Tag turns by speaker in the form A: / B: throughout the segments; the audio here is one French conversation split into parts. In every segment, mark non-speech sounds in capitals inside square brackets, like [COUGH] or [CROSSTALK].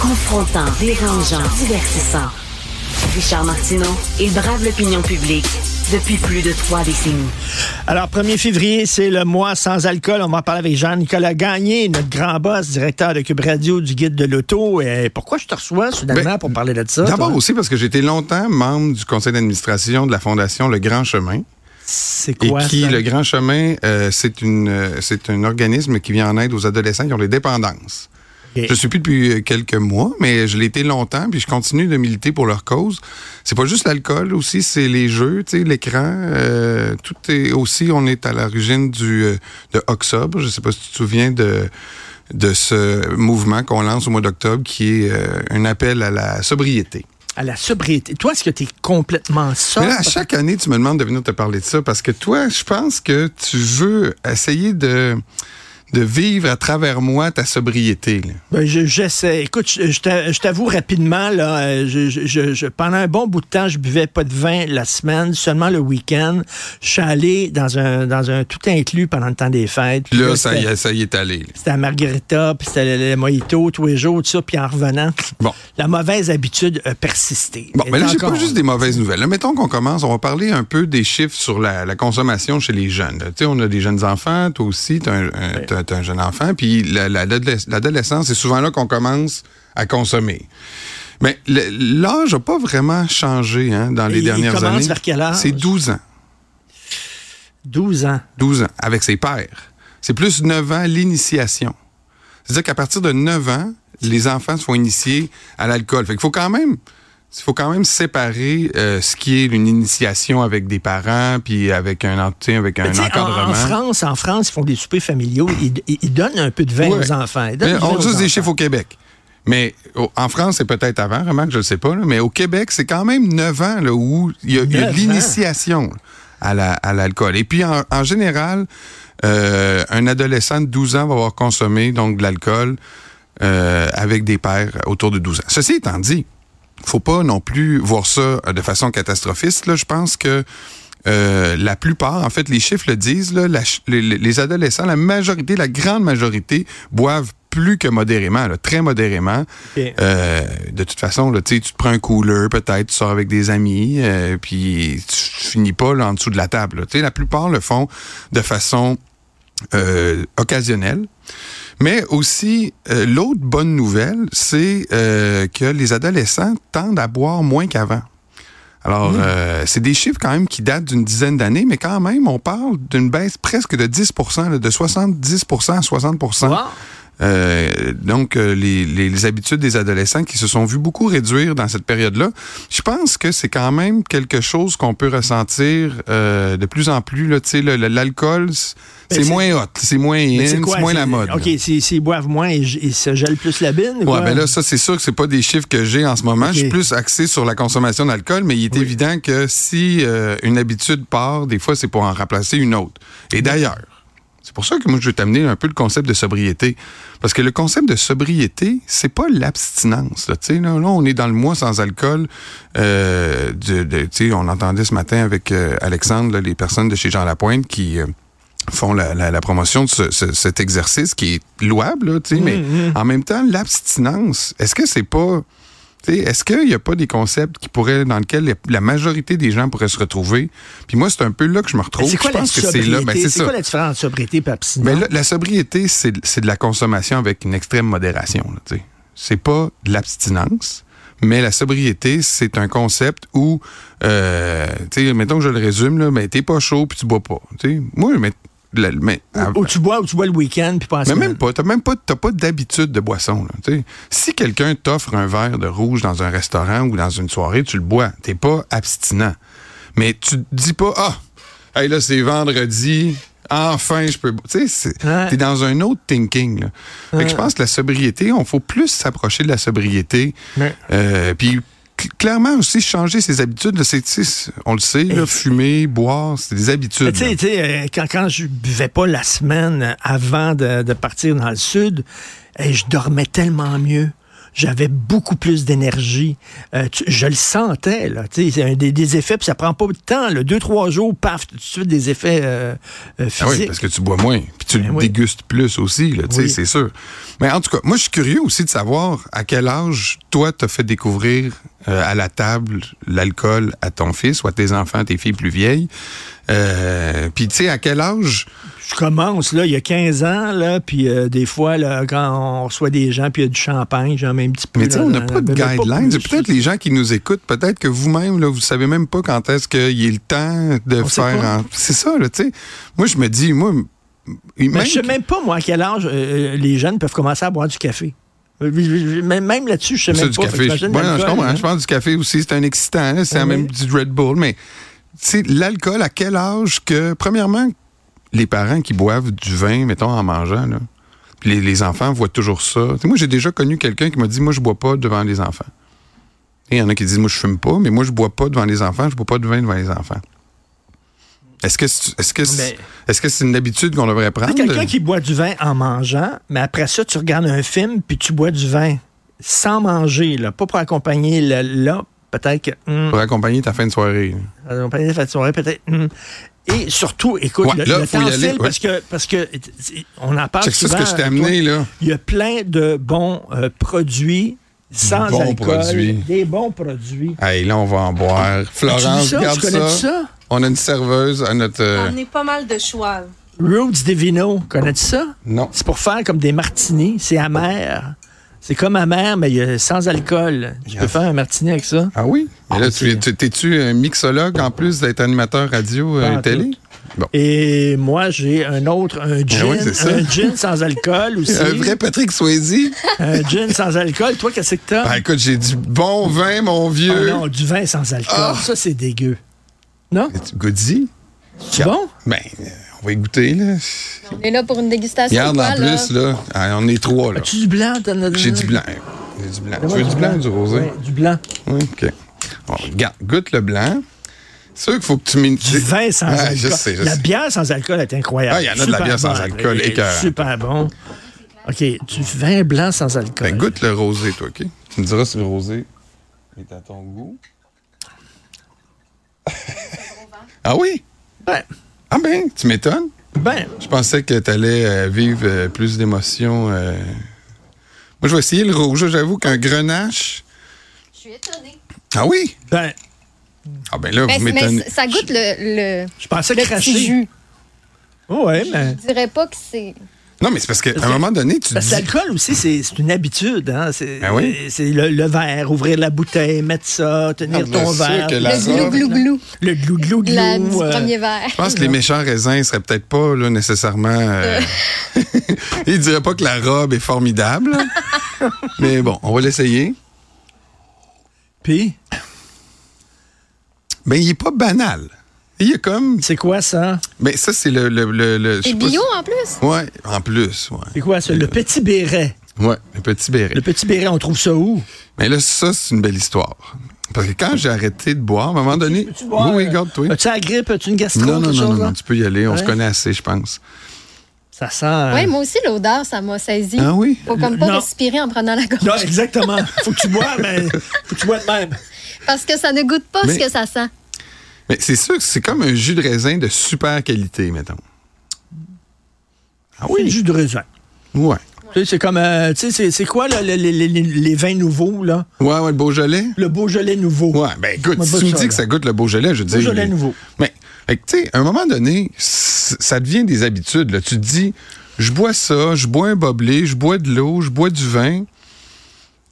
A: Confrontant, dérangeant, divertissant. Richard Martineau, il brave l'opinion publique depuis plus de trois décennies.
B: Alors, 1er février, c'est le mois sans alcool. On va en parler avec Jean-Nicolas Gagné, notre grand boss, directeur de Cube Radio du Guide de l'Auto. Et pourquoi je te reçois soudainement
C: Ben,
B: pour parler de ça?
C: D'abord
B: Ah, toi?
C: aussi parce que j'étais longtemps membre du conseil d'administration de la fondation Le Grand Chemin.
B: c'est
C: Et
B: quoi
C: qui,
B: ça?
C: Le Grand Chemin, euh, c'est une, euh, c'est un organisme qui vient en aide aux adolescents qui ont des dépendances.
B: Ok.
C: Je suis plus depuis euh, quelques mois, mais je l'ai été longtemps, puis je continue de militer pour leur cause. C'est pas juste l'alcool aussi, c'est les jeux, tu sais, l'écran. euh, tout est aussi, on est à l'origine du euh, de Oxobre. Je sais pas si tu te souviens de de ce mouvement qu'on lance au mois d'octobre, qui est euh, un appel à la sobriété.
B: À la sobriété. Toi, est-ce que tu es complètement
C: Mais
B: sobre?
C: là, à chaque année, tu me demandes de venir te parler de ça parce que toi, je pense que tu veux essayer de, de vivre à travers moi ta sobriété. là.
B: Ben, je- j'essaie. Écoute, je, je t'a- je t'avoue rapidement, là, euh, je, je- je- je- pendant un bon bout de temps, je buvais pas de vin la semaine, seulement le week-end. Je suis allé dans un, dans un tout inclus pendant le temps des fêtes.
C: Puis
B: Puis
C: Là,
B: là,
C: ça y,
B: c'était-
C: est, ça y est allé. là.
B: C'était la margarita, puis c'était le, le mojito tous les jours, tout ça. Puis en revenant,
C: Bon.
B: la mauvaise habitude a persisté.
C: Bon,
B: Elle
C: mais là,
B: est
C: j'ai pas
B: encore-
C: juste des mauvaises nouvelles. Là, mettons qu'on commence, on va parler un peu des chiffres sur la, la consommation chez les jeunes. là. Tu sais, on a des jeunes enfants, toi aussi, t'as un, un- t'as- t'as un jeune enfant, puis la- la- l'adoles- l'adolescence, c'est souvent là qu'on commence à consommer. Mais le- l'âge n'a pas vraiment changé hein, dans
B: Et
C: les
B: il
C: dernières
B: commence
C: années.
B: vers quel âge?
C: C'est 12 ans.
B: 12 ans.
C: 12 ans, avec ses pères. C'est plus 9 ans l'initiation. C'est-à-dire qu'à partir de 9 ans, les enfants se font initier à l'alcool. Fait qu'il faut quand même, il faut quand même séparer euh, ce qui est une initiation avec des parents, puis avec un, en- tu sais, avec
B: Mais
C: un
B: tu sais, en,
C: encadrement.
B: en France, en France, ils font des soupers familiaux. Ils, ils- ils donnent un peu de vin
C: Ouais.
B: aux enfants. Ils donnent
C: Mais
B: du vin
C: on
B: aux
C: a juste des
B: enfants.
C: chiffres au Québec. Mais au- en France, c'est peut-être avant, remarque, je ne sais pas. là, mais au Québec, c'est quand même 9 ans là, où il y a, il y a
B: Neuf
C: de l'initiation là, à la- à l'alcool. Et puis, en, en général, euh, un adolescent de 12 ans va avoir consommé donc de l'alcool euh, avec des pères autour de 12 ans. Ceci étant dit, faut pas non plus voir ça euh, de façon catastrophiste. Là. Je pense que euh, la plupart, en fait, les chiffres le disent, là, la ch- les, les- les adolescents, la majorité, la grande majorité, boivent plus que modérément, là, très modérément.
B: Ok.
C: Euh, de toute façon, là, tu sais, tu te prends un cooler, peut-être, tu sors avec des amis, euh, puis tu, tu finis pas là, en dessous de la table. là. Tu sais, La plupart le font de façon euh, occasionnelle. Mais aussi, euh, l'autre bonne nouvelle, c'est euh, que les adolescents tendent à boire moins qu'avant. Alors, euh, c'est des chiffres quand même qui datent d'une dizaine d'années, mais quand même, on parle d'une baisse presque de 10 là, de 70 à 60
B: Wow.
C: euh, donc, euh, les, les- les habitudes des adolescents qui se sont vus beaucoup réduire dans cette période-là, je pense que c'est quand même quelque chose qu'on peut ressentir euh, de plus en plus. là. Tu sais, le- le- L'alcool, c-
B: Ben,
C: c'est
B: c'est-
C: moins hot, c'est moins in,
B: Mais
C: c'est
B: quoi,
C: moins la mode.
B: OK,
C: là.
B: s'ils s'ils boivent moins, ils, g- ils se gèlent plus la bine. ou
C: Ouais,
B: quoi?
C: ben là, ça, c'est sûr que c'est pas des chiffres que j'ai en ce moment. Je suis
B: Ok.
C: plus axé sur la consommation d'alcool, mais il est évident que si euh, une habitude part, des fois, c'est pour en remplacer une autre. Et d'ailleurs, c'est pour ça que moi, je veux t'amener un peu le concept de sobriété. Parce que le concept de sobriété, c'est pas l'abstinence. Là, Tu sais, là, là, on est dans le mois sans alcool. Euh, du- de- tu sais, on entendait ce matin avec euh, Alexandre là, les personnes de chez Jean Lapointe qui... euh, font la, la- la promotion de ce- ce- cet exercice qui est louable, là, tu sais, mais
B: Mm-hmm.
C: en même temps, l'abstinence, est-ce que c'est pas... tu sais, Est-ce qu'il n'y a pas des concepts qui pourraient, dans lesquels la- la majorité des gens pourraient se retrouver? Puis moi, c'est un peu là que je me
B: Mais
C: retrouve.
B: c'est quoi
C: je
B: la
C: pense que c'est
B: sobriété?
C: là. Ben, c'est
B: c'est
C: ça.
B: quoi la différence entre sobriété et
C: Mais
B: abstinence?
C: Ben là, la sobriété, c'est c'est de la consommation avec une extrême modération. là, tu sais. C'est pas de l'abstinence, mais la sobriété, c'est un concept où, euh, tu sais, mettons que je le résume, là, ben, t'es pas chaud puis tu bois pas. tu sais. Moi, mais, la- mais à-
B: Ou tu bois, ou tu bois le week-end, puis pas en
C: mais
B: semaine.
C: même pas. T'as même pas, t'as pas d'habitude de boisson. là, tu sais. si quelqu'un t'offre un verre de rouge dans un restaurant ou dans une soirée, tu le bois. T'es pas abstinent. Mais tu te dis pas ah, hey là c'est vendredi. Enfin, je peux. bo- Tu sais, c'est-
B: Ouais.
C: t'es dans un autre thinking. Là. Fait que je pense que la sobriété, on faut plus s'approcher de la sobriété.
B: Mais-
C: Euh, puis cl- clairement aussi changer ses habitudes. là, c'est- tu sais, on le sait, là, fumer, boire, c'est des habitudes.
B: Mais tu sais,
C: là.
B: tu sais, euh, quand, quand je buvais pas la semaine avant de, de partir dans le sud, eh, je dormais tellement mieux. j'avais beaucoup plus d'énergie. Euh, tu- je le sentais, là. Tu sais, c'est un des, des effets, puis ça prend pas de temps. Là. Deux, trois jours, paf, tout de suite des effets euh, euh,
C: Ah oui,
B: physiques.
C: parce que tu bois moins, puis tu le
B: Ben oui.
C: dégustes plus aussi, là, tu sais,
B: Oui.
C: c'est sûr. Mais en tout cas, moi, je suis curieux aussi de savoir à quel âge, toi, t'as fait découvrir euh, à la table l'alcool à ton fils ou à tes enfants, tes filles plus vieilles. Euh, puis, tu sais, à quel âge...
B: Je commence, là, il y a 15 ans, là, puis euh, des fois, là, quand on reçoit des gens, puis il y a du champagne, j'en mets un petit peu.
C: Mais tu sais,
B: là,
C: on n'a
B: dans-
C: pas de
B: ben, ben,
C: guidelines.
B: plus.
C: Peut-être les gens qui nous écoutent, peut-être que vous-même, là, vous savez même pas quand est-ce qu'il est le temps de
B: On sait
C: faire...
B: pas.
C: en- C'est ça, là, tu sais. Moi, je me dis, moi...
B: Mais je sais même pas, moi, à quel âge euh, les jeunes peuvent commencer à boire du café. Euh, je- je- je- Même même là-dessus, je sais
C: Ça,
B: même
C: du
B: pas. Fait
C: café.
B: que
C: Je,
B: j'imagine
C: ouais, non, je
B: l'alcool,
C: comprends.
B: hein.
C: Je pense du café aussi, c'est un excitant. là, C'est la
B: Oui.
C: même du Red Bull. Mais, tu sais, l'alcool, à quel âge que, premièrement, les parents qui boivent du vin, mettons, en mangeant, là, puis les, les enfants voient toujours ça. Tu sais, moi, j'ai déjà connu quelqu'un qui m'a dit Moi, je bois pas devant les enfants. Et Il y en a qui disent Moi, je fume pas, mais moi, je bois pas devant les enfants, je bois pas de vin devant les enfants. Est-ce que c'est est-ce que c'est-
B: Mais-
C: est-ce que c'est une habitude qu'on devrait prendre? euh,
B: Tu sais, quelqu'un qui boit du vin en mangeant, mais après ça, tu regardes un film, puis tu bois du vin sans manger, là, pas pour accompagner le- là, peut-être que... hum,
C: Pour accompagner ta fin de soirée. là.
B: accompagner la fin de soirée, peut-être... hum. Et surtout, écoute,
C: Ouais,
B: le,
C: là,
B: le
C: faut
B: temps
C: y aller,
B: file
C: ouais.
B: parce que, parce que t- t- on en parle
C: Check ça, ce
B: souvent,
C: que je t'ai
B: euh,
C: amené,
B: toi.
C: là.
B: Il y a plein de bons euh, produits sans
C: bons
B: alcool.
C: produits.
B: Des bons produits.
C: Hey, là, on va en boire.
B: Ah, tu
C: Florence,
B: dis ça?
C: regarde
B: Tu connais
C: ça.
B: tout ça? Ah,
C: On a une serveuse à notre. euh,
D: On est pas mal de choix.
B: Roots Divino, connais-tu ça?
C: Non.
B: C'est pour faire comme des martinis, c'est amer. C'est comme amer, mais il y a- sans alcool. Tu peux faire un martini avec ça?
C: Ah oui? Mais là, tu,
B: c'est-
C: tu- t'es-tu un mixologue en plus d'être animateur radio
B: Pas
C: et
B: en
C: télé?
B: tout.
C: Bon.
B: Et moi, j'ai un autre, un gin,
C: Eh oui, c'est ça.
B: un gin sans alcool aussi.
C: [LAUGHS] Un Euh, vrai Patrick
B: [LAUGHS]
C: Swayze?
B: Un gin sans alcool. Toi, qu'est-ce que t'as?
C: Ah, écoute, j'ai du bon vin, mon
B: Oh
C: vieux.
B: non, du vin sans alcool.
C: Ah!
B: Ça, c'est dégueu. Non?
C: Tu goodies?
B: C'est bon?
C: Ben, euh, on va y goûter, là.
D: On est là pour une dégustation.
C: Regarde, en plus, là, ah, on est trois, là.
B: As-tu du blanc? T'en as-
C: J'ai du blanc. J'ai du
B: Ah,
C: blanc. Tu veux du blanc ou du rosé?
B: Ouais, du blanc.
C: Oui, OK. Bon, regarde, goûte le blanc. C'est sûr qu'il faut que tu mets...
B: Du vin sans alcool.
C: Je sais, je
B: la
C: sais.
B: bière sans alcool est incroyable.
C: Ah, il y en a de la
B: Super
C: bière sans
B: bonne.
C: alcool,
B: Elle est
C: écœurante.
B: Super bon. OK, du vin blanc sans alcool.
C: Ben, goûte le rosé, toi, OK? Tu me diras si le rosé est à ton goût. [LAUGHS] ah oui?
B: Ouais.
C: Ah ben, tu m'étonnes.
B: Ben,
C: Je pensais que tu allais vivre euh, plus d'émotions. euh. Moi, je vais essayer le rouge. J'avoue qu'un grenache...
D: Je suis étonnée.
C: Ah oui?
B: ben,
C: Ah ben là,
D: Mais,
C: vous
D: mais
C: m'étonnez.
D: ça goûte le, le,
B: je pensais
D: le
B: cracher.
D: petit jus.
B: Oh, ouais, mais.
D: Je dirais pas que c'est.
C: Non, mais c'est parce qu'à un moment donné, tu te
B: Parce que
C: dis...
B: l'alcool aussi, c'est c'est une habitude. Hein? C'est
C: Ben oui.
B: c'est le, le verre, ouvrir la bouteille, mettre ça, tenir
C: Ah, bien
B: ton
C: sûr
B: verre.
C: que la
D: Le glou-glou-glou.
B: Le glou-glou-glou.
D: La du
B: euh,
D: premier verre.
C: Je pense que les méchants raisins seraient peut-être pas là, nécessairement.
D: [LAUGHS]
C: euh, [LAUGHS] Ils diraient pas que la robe est formidable.
D: [LAUGHS]
C: là. mais bon, on va l'essayer.
B: Puis,
C: Ben, il est pas banal. Il est comme.
B: c'est quoi ça?
C: Ben, ça, c'est le. le, le, le- je sais
D: Et
C: pas
D: bio en plus.
C: si- Ouais, en plus,
B: C'est
C: ouais.
B: quoi ça? Le petit béret.
C: Ouais, un petit béret.
B: Le petit béret, on trouve ça où?
C: Mais là, ça, c'est une belle histoire. Parce que quand j'ai arrêté de boire, à un moment donné.
B: Peux-tu boire,
C: oui, oui,
B: euh,
C: garde-toi.
B: As-tu la grippe? As-tu une gastro?
C: Non, non,
B: quelque
C: non, non,
B: chose, là?
C: non, tu peux y aller. On se
B: Ouais.
C: connaît assez, je pense.
B: Ça sent. euh,
D: Ouais, moi aussi, l'odeur, ça m'a saisi.
C: Ah oui?
D: Faut comme pas
B: Non.
D: respirer en prenant la gorge.
B: Non, exactement. Faut que tu bois, mais faut que tu bois de même.
D: [LAUGHS] Parce que ça ne goûte pas
C: Mais-
D: ce que ça sent.
C: Mais c'est sûr que c'est comme un jus de raisin de super qualité, mettons.
B: Ah oui, jus de raisin.
C: Ouais.
B: Tu sais, c'est comme, euh, tu sais, c'est- c'est quoi là, le- le- le- le- les vins nouveaux, là?
C: Ouais, ouais, le Beaujolais?
B: Le Beaujolais nouveau.
C: Ouais, ben écoute,
B: Moi,
C: si
B: pas
C: tu me
B: ça,
C: dis que
B: là.
C: ça goûte le Beaujolais, je dis.
B: Beaujolais nouveau.
C: Mais, fait que, tu sais, à un moment donné, c- ça devient des habitudes. Là. Tu te dis, je bois ça, je bois un boblé, je bois de l'eau, je bois du vin.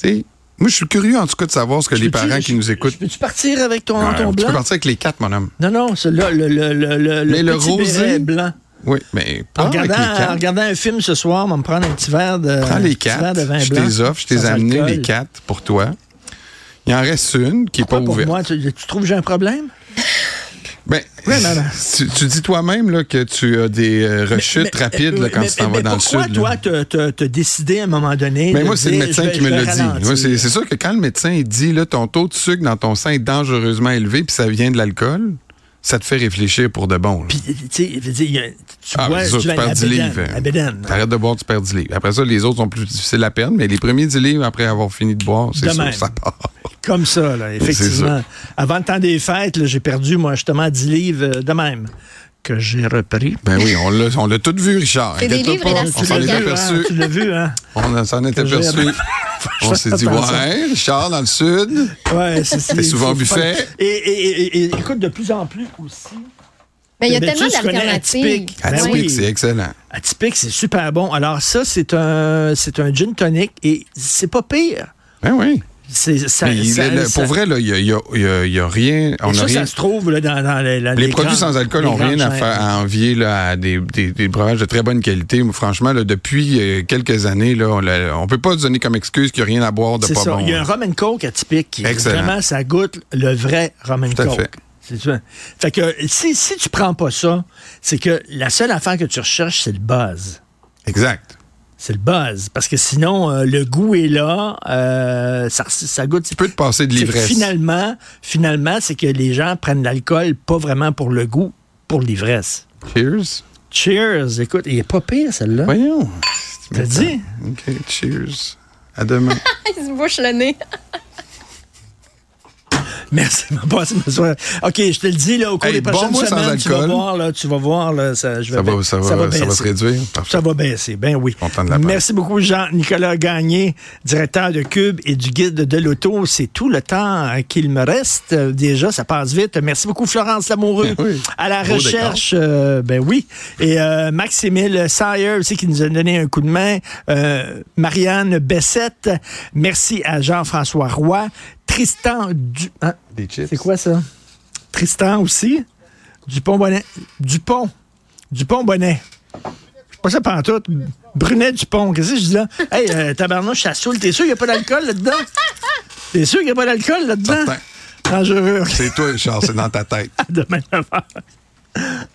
C: Tu sais, moi, je suis curieux en tout cas de savoir ce que les
B: Peux-tu-
C: parents qui
B: je-
C: nous écoutent.
B: je Peux-tu partir avec ton,
C: Ouais,
B: ton
C: tu peux
B: blanc?
C: partir avec les quatre, mon homme.
B: Non, non, celui-là, le, le, le, le,
C: Mais le
B: petit
C: rosé-
B: béret blanc.
C: Oui, mais pas
B: En
C: avec les
B: regardant, en
C: quatre.
B: regardant un film ce soir, on va me prendre un petit verre de,
C: Prends
B: un
C: les
B: petit verre
C: quatre.
B: de vin
C: Je
B: blanc.
C: t'ai offre, je t'ai
B: sans
C: amené
B: alcool.
C: les quatre pour toi. Il en reste une qui n'est pas
B: Pourquoi pour
C: ouverte.
B: moi, tu, tu trouves que j'ai un problème?
C: Ben,
B: Ouais, non, non.
C: Tu, tu dis toi-même là, que tu as des euh, rechutes
B: Mais-
C: rapides là, quand
B: Euh, mais-
C: tu t'en
B: mais-
C: vas
B: mais
C: dans le sud.
B: Pourquoi,
C: là?
B: toi, t'as- t'as t'as décidé à un moment donné.
C: Mais
B: de
C: moi, c'est le
B: dire,
C: médecin
B: je vais-
C: qui
B: je
C: me
B: vais
C: l'a dit.
B: ralentir.
C: Moi, c'est c'est sûr que quand le médecin il dit là, ton taux de sucre dans ton sang est dangereusement élevé puis ça vient de l'alcool, ça te fait réfléchir pour de bon. là.
B: Puis, tu sais, je veux dire, il y a- tu
C: Ah,
B: vois,
C: les autres,
B: tu vas
C: tu perds Ah.
B: à
C: 10 livres.
B: Bédène, à hein. Bédène.
C: T'arrêtes de boire, tu perds 10 livres. Après ça, les autres sont plus difficiles à perdre, mais les premiers 10 livres, après avoir fini de boire,
B: De
C: c'est sûr,
B: même.
C: ça part.
B: Comme ça, là, effectivement. Avant le temps des fêtes, là, j'ai perdu, moi, justement, 10 livres euh, de même que j'ai repris.
C: Ben oui, on l'a- on l'a tout vu, Richard.
D: C'est des
C: Inquiète-toi
D: livres
C: pas,
D: élastiques,
C: On s'en est
D: hein.
C: aperçu.
B: Tu l'as vu, hein?
C: On en- s'en est
B: Que j'ai-
C: aperçu. [LAUGHS] On s'est dit,
B: Attention.
C: ouais, Richard, dans le sud. [LAUGHS]
B: Ouais, c'est c'est-
C: T'es souvent au
B: faut
C: buffet.
B: pas- Et, et- et- et- écoute, de plus en plus aussi.
D: Mais il y a
B: Ben,
D: tellement
B: tu sais, je connais
D: d'alternatives.
B: Atypique.
D: Ben
C: Atypique,
D: oui.
B: oui.
C: c'est excellent.
B: Atypique, c'est super bon. Alors, ça, c'est un, c'est un gin tonic et c'est pas pire.
C: Ben oui.
B: C'est, ça,
C: Mais il
B: ça-
C: est là-
B: ça-
C: pour vrai, là, il n'y a, il y a- il y a- il y a rien. On
B: et
C: a
B: ça,
C: rien.
B: ça se trouve là, dans, dans les, la-
C: Les,
B: les
C: produits
B: grandes-
C: sans alcool
B: les
C: n'ont rien à,
B: grandes
C: faire,
B: chaînes.
C: à envier là, à des, des- des breuvages de très bonne qualité. Franchement, là, depuis euh, quelques années, là, on ne peut pas se donner comme excuse qu'il n'y a rien à boire de
B: C'est
C: pas
B: ça.
C: bon.
B: Il y a un rum and coke atypique qui
C: Excellent.
B: vraiment ça goûte le vrai rum and
C: Tout à
B: coke.
C: fait.
B: C'est ça. Fait que si, si tu prends pas ça, c'est que la seule affaire que tu recherches, c'est le buzz.
C: Exact.
B: C'est le buzz. Parce que sinon, euh, le goût est là, euh, ça, ça goûte.
C: Tu peux te passer de
B: C'est que
C: l'ivresse.
B: Finalement, finalement, c'est que les gens prennent l'alcool pas vraiment pour le goût, pour l'ivresse.
C: Cheers.
B: Hein? Cheers, écoute, il est pas pire celle-là.
C: Voyons.
B: T'as dit?
C: OK, cheers.
B: [LAUGHS]
C: À demain.
D: [LAUGHS] Il se bouche le nez.
B: [LAUGHS] Merci, ma boss, ma soeur. OK, je te le dis, là, au cours
C: Hey,
B: des
C: bon
B: prochaines
C: mois sans
B: semaines, tu vas
C: alcool.
B: voir, là, tu vas voir, là, ça, je vais
C: ça, va,
B: ba-
C: ça, va,
B: ça va
C: ça va se
B: baisser.
C: réduire. Parfait.
B: Ça va baisser, ben oui.
C: Content de la part.
B: Merci beaucoup, Jean-Nicolas Gagné, directeur de Cube et du guide de l'auto. C'est tout le temps euh, qu'il me reste. Euh, Déjà, ça passe vite. Merci beaucoup, Florence Lamoureux,
C: Ben oui.
B: à la
C: Gros
B: recherche. euh, ben oui. Et euh, Maximile Sayer aussi qui nous a donné un coup de main. Euh, Marianne Bessette. Merci à Jean-François Roy. Tristan Du... hein?
C: Des chips.
B: C'est quoi ça? Tristan aussi? Dupont-Bonnet. Dupont. Dupont-Bonnet. Je sais pas ça pantoute. Brunet Dupont. Qu'est-ce que je dis là? Hey, euh, tabarnouche, ça saoule. T'es sûr qu'il n'y a pas d'alcool là-dedans? T'es sûr qu'il n'y a pas d'alcool là-dedans?
C: Certain.
B: Dangereux.
C: C'est toi, Richard, c'est dans ta tête.
B: À demain 9 heures.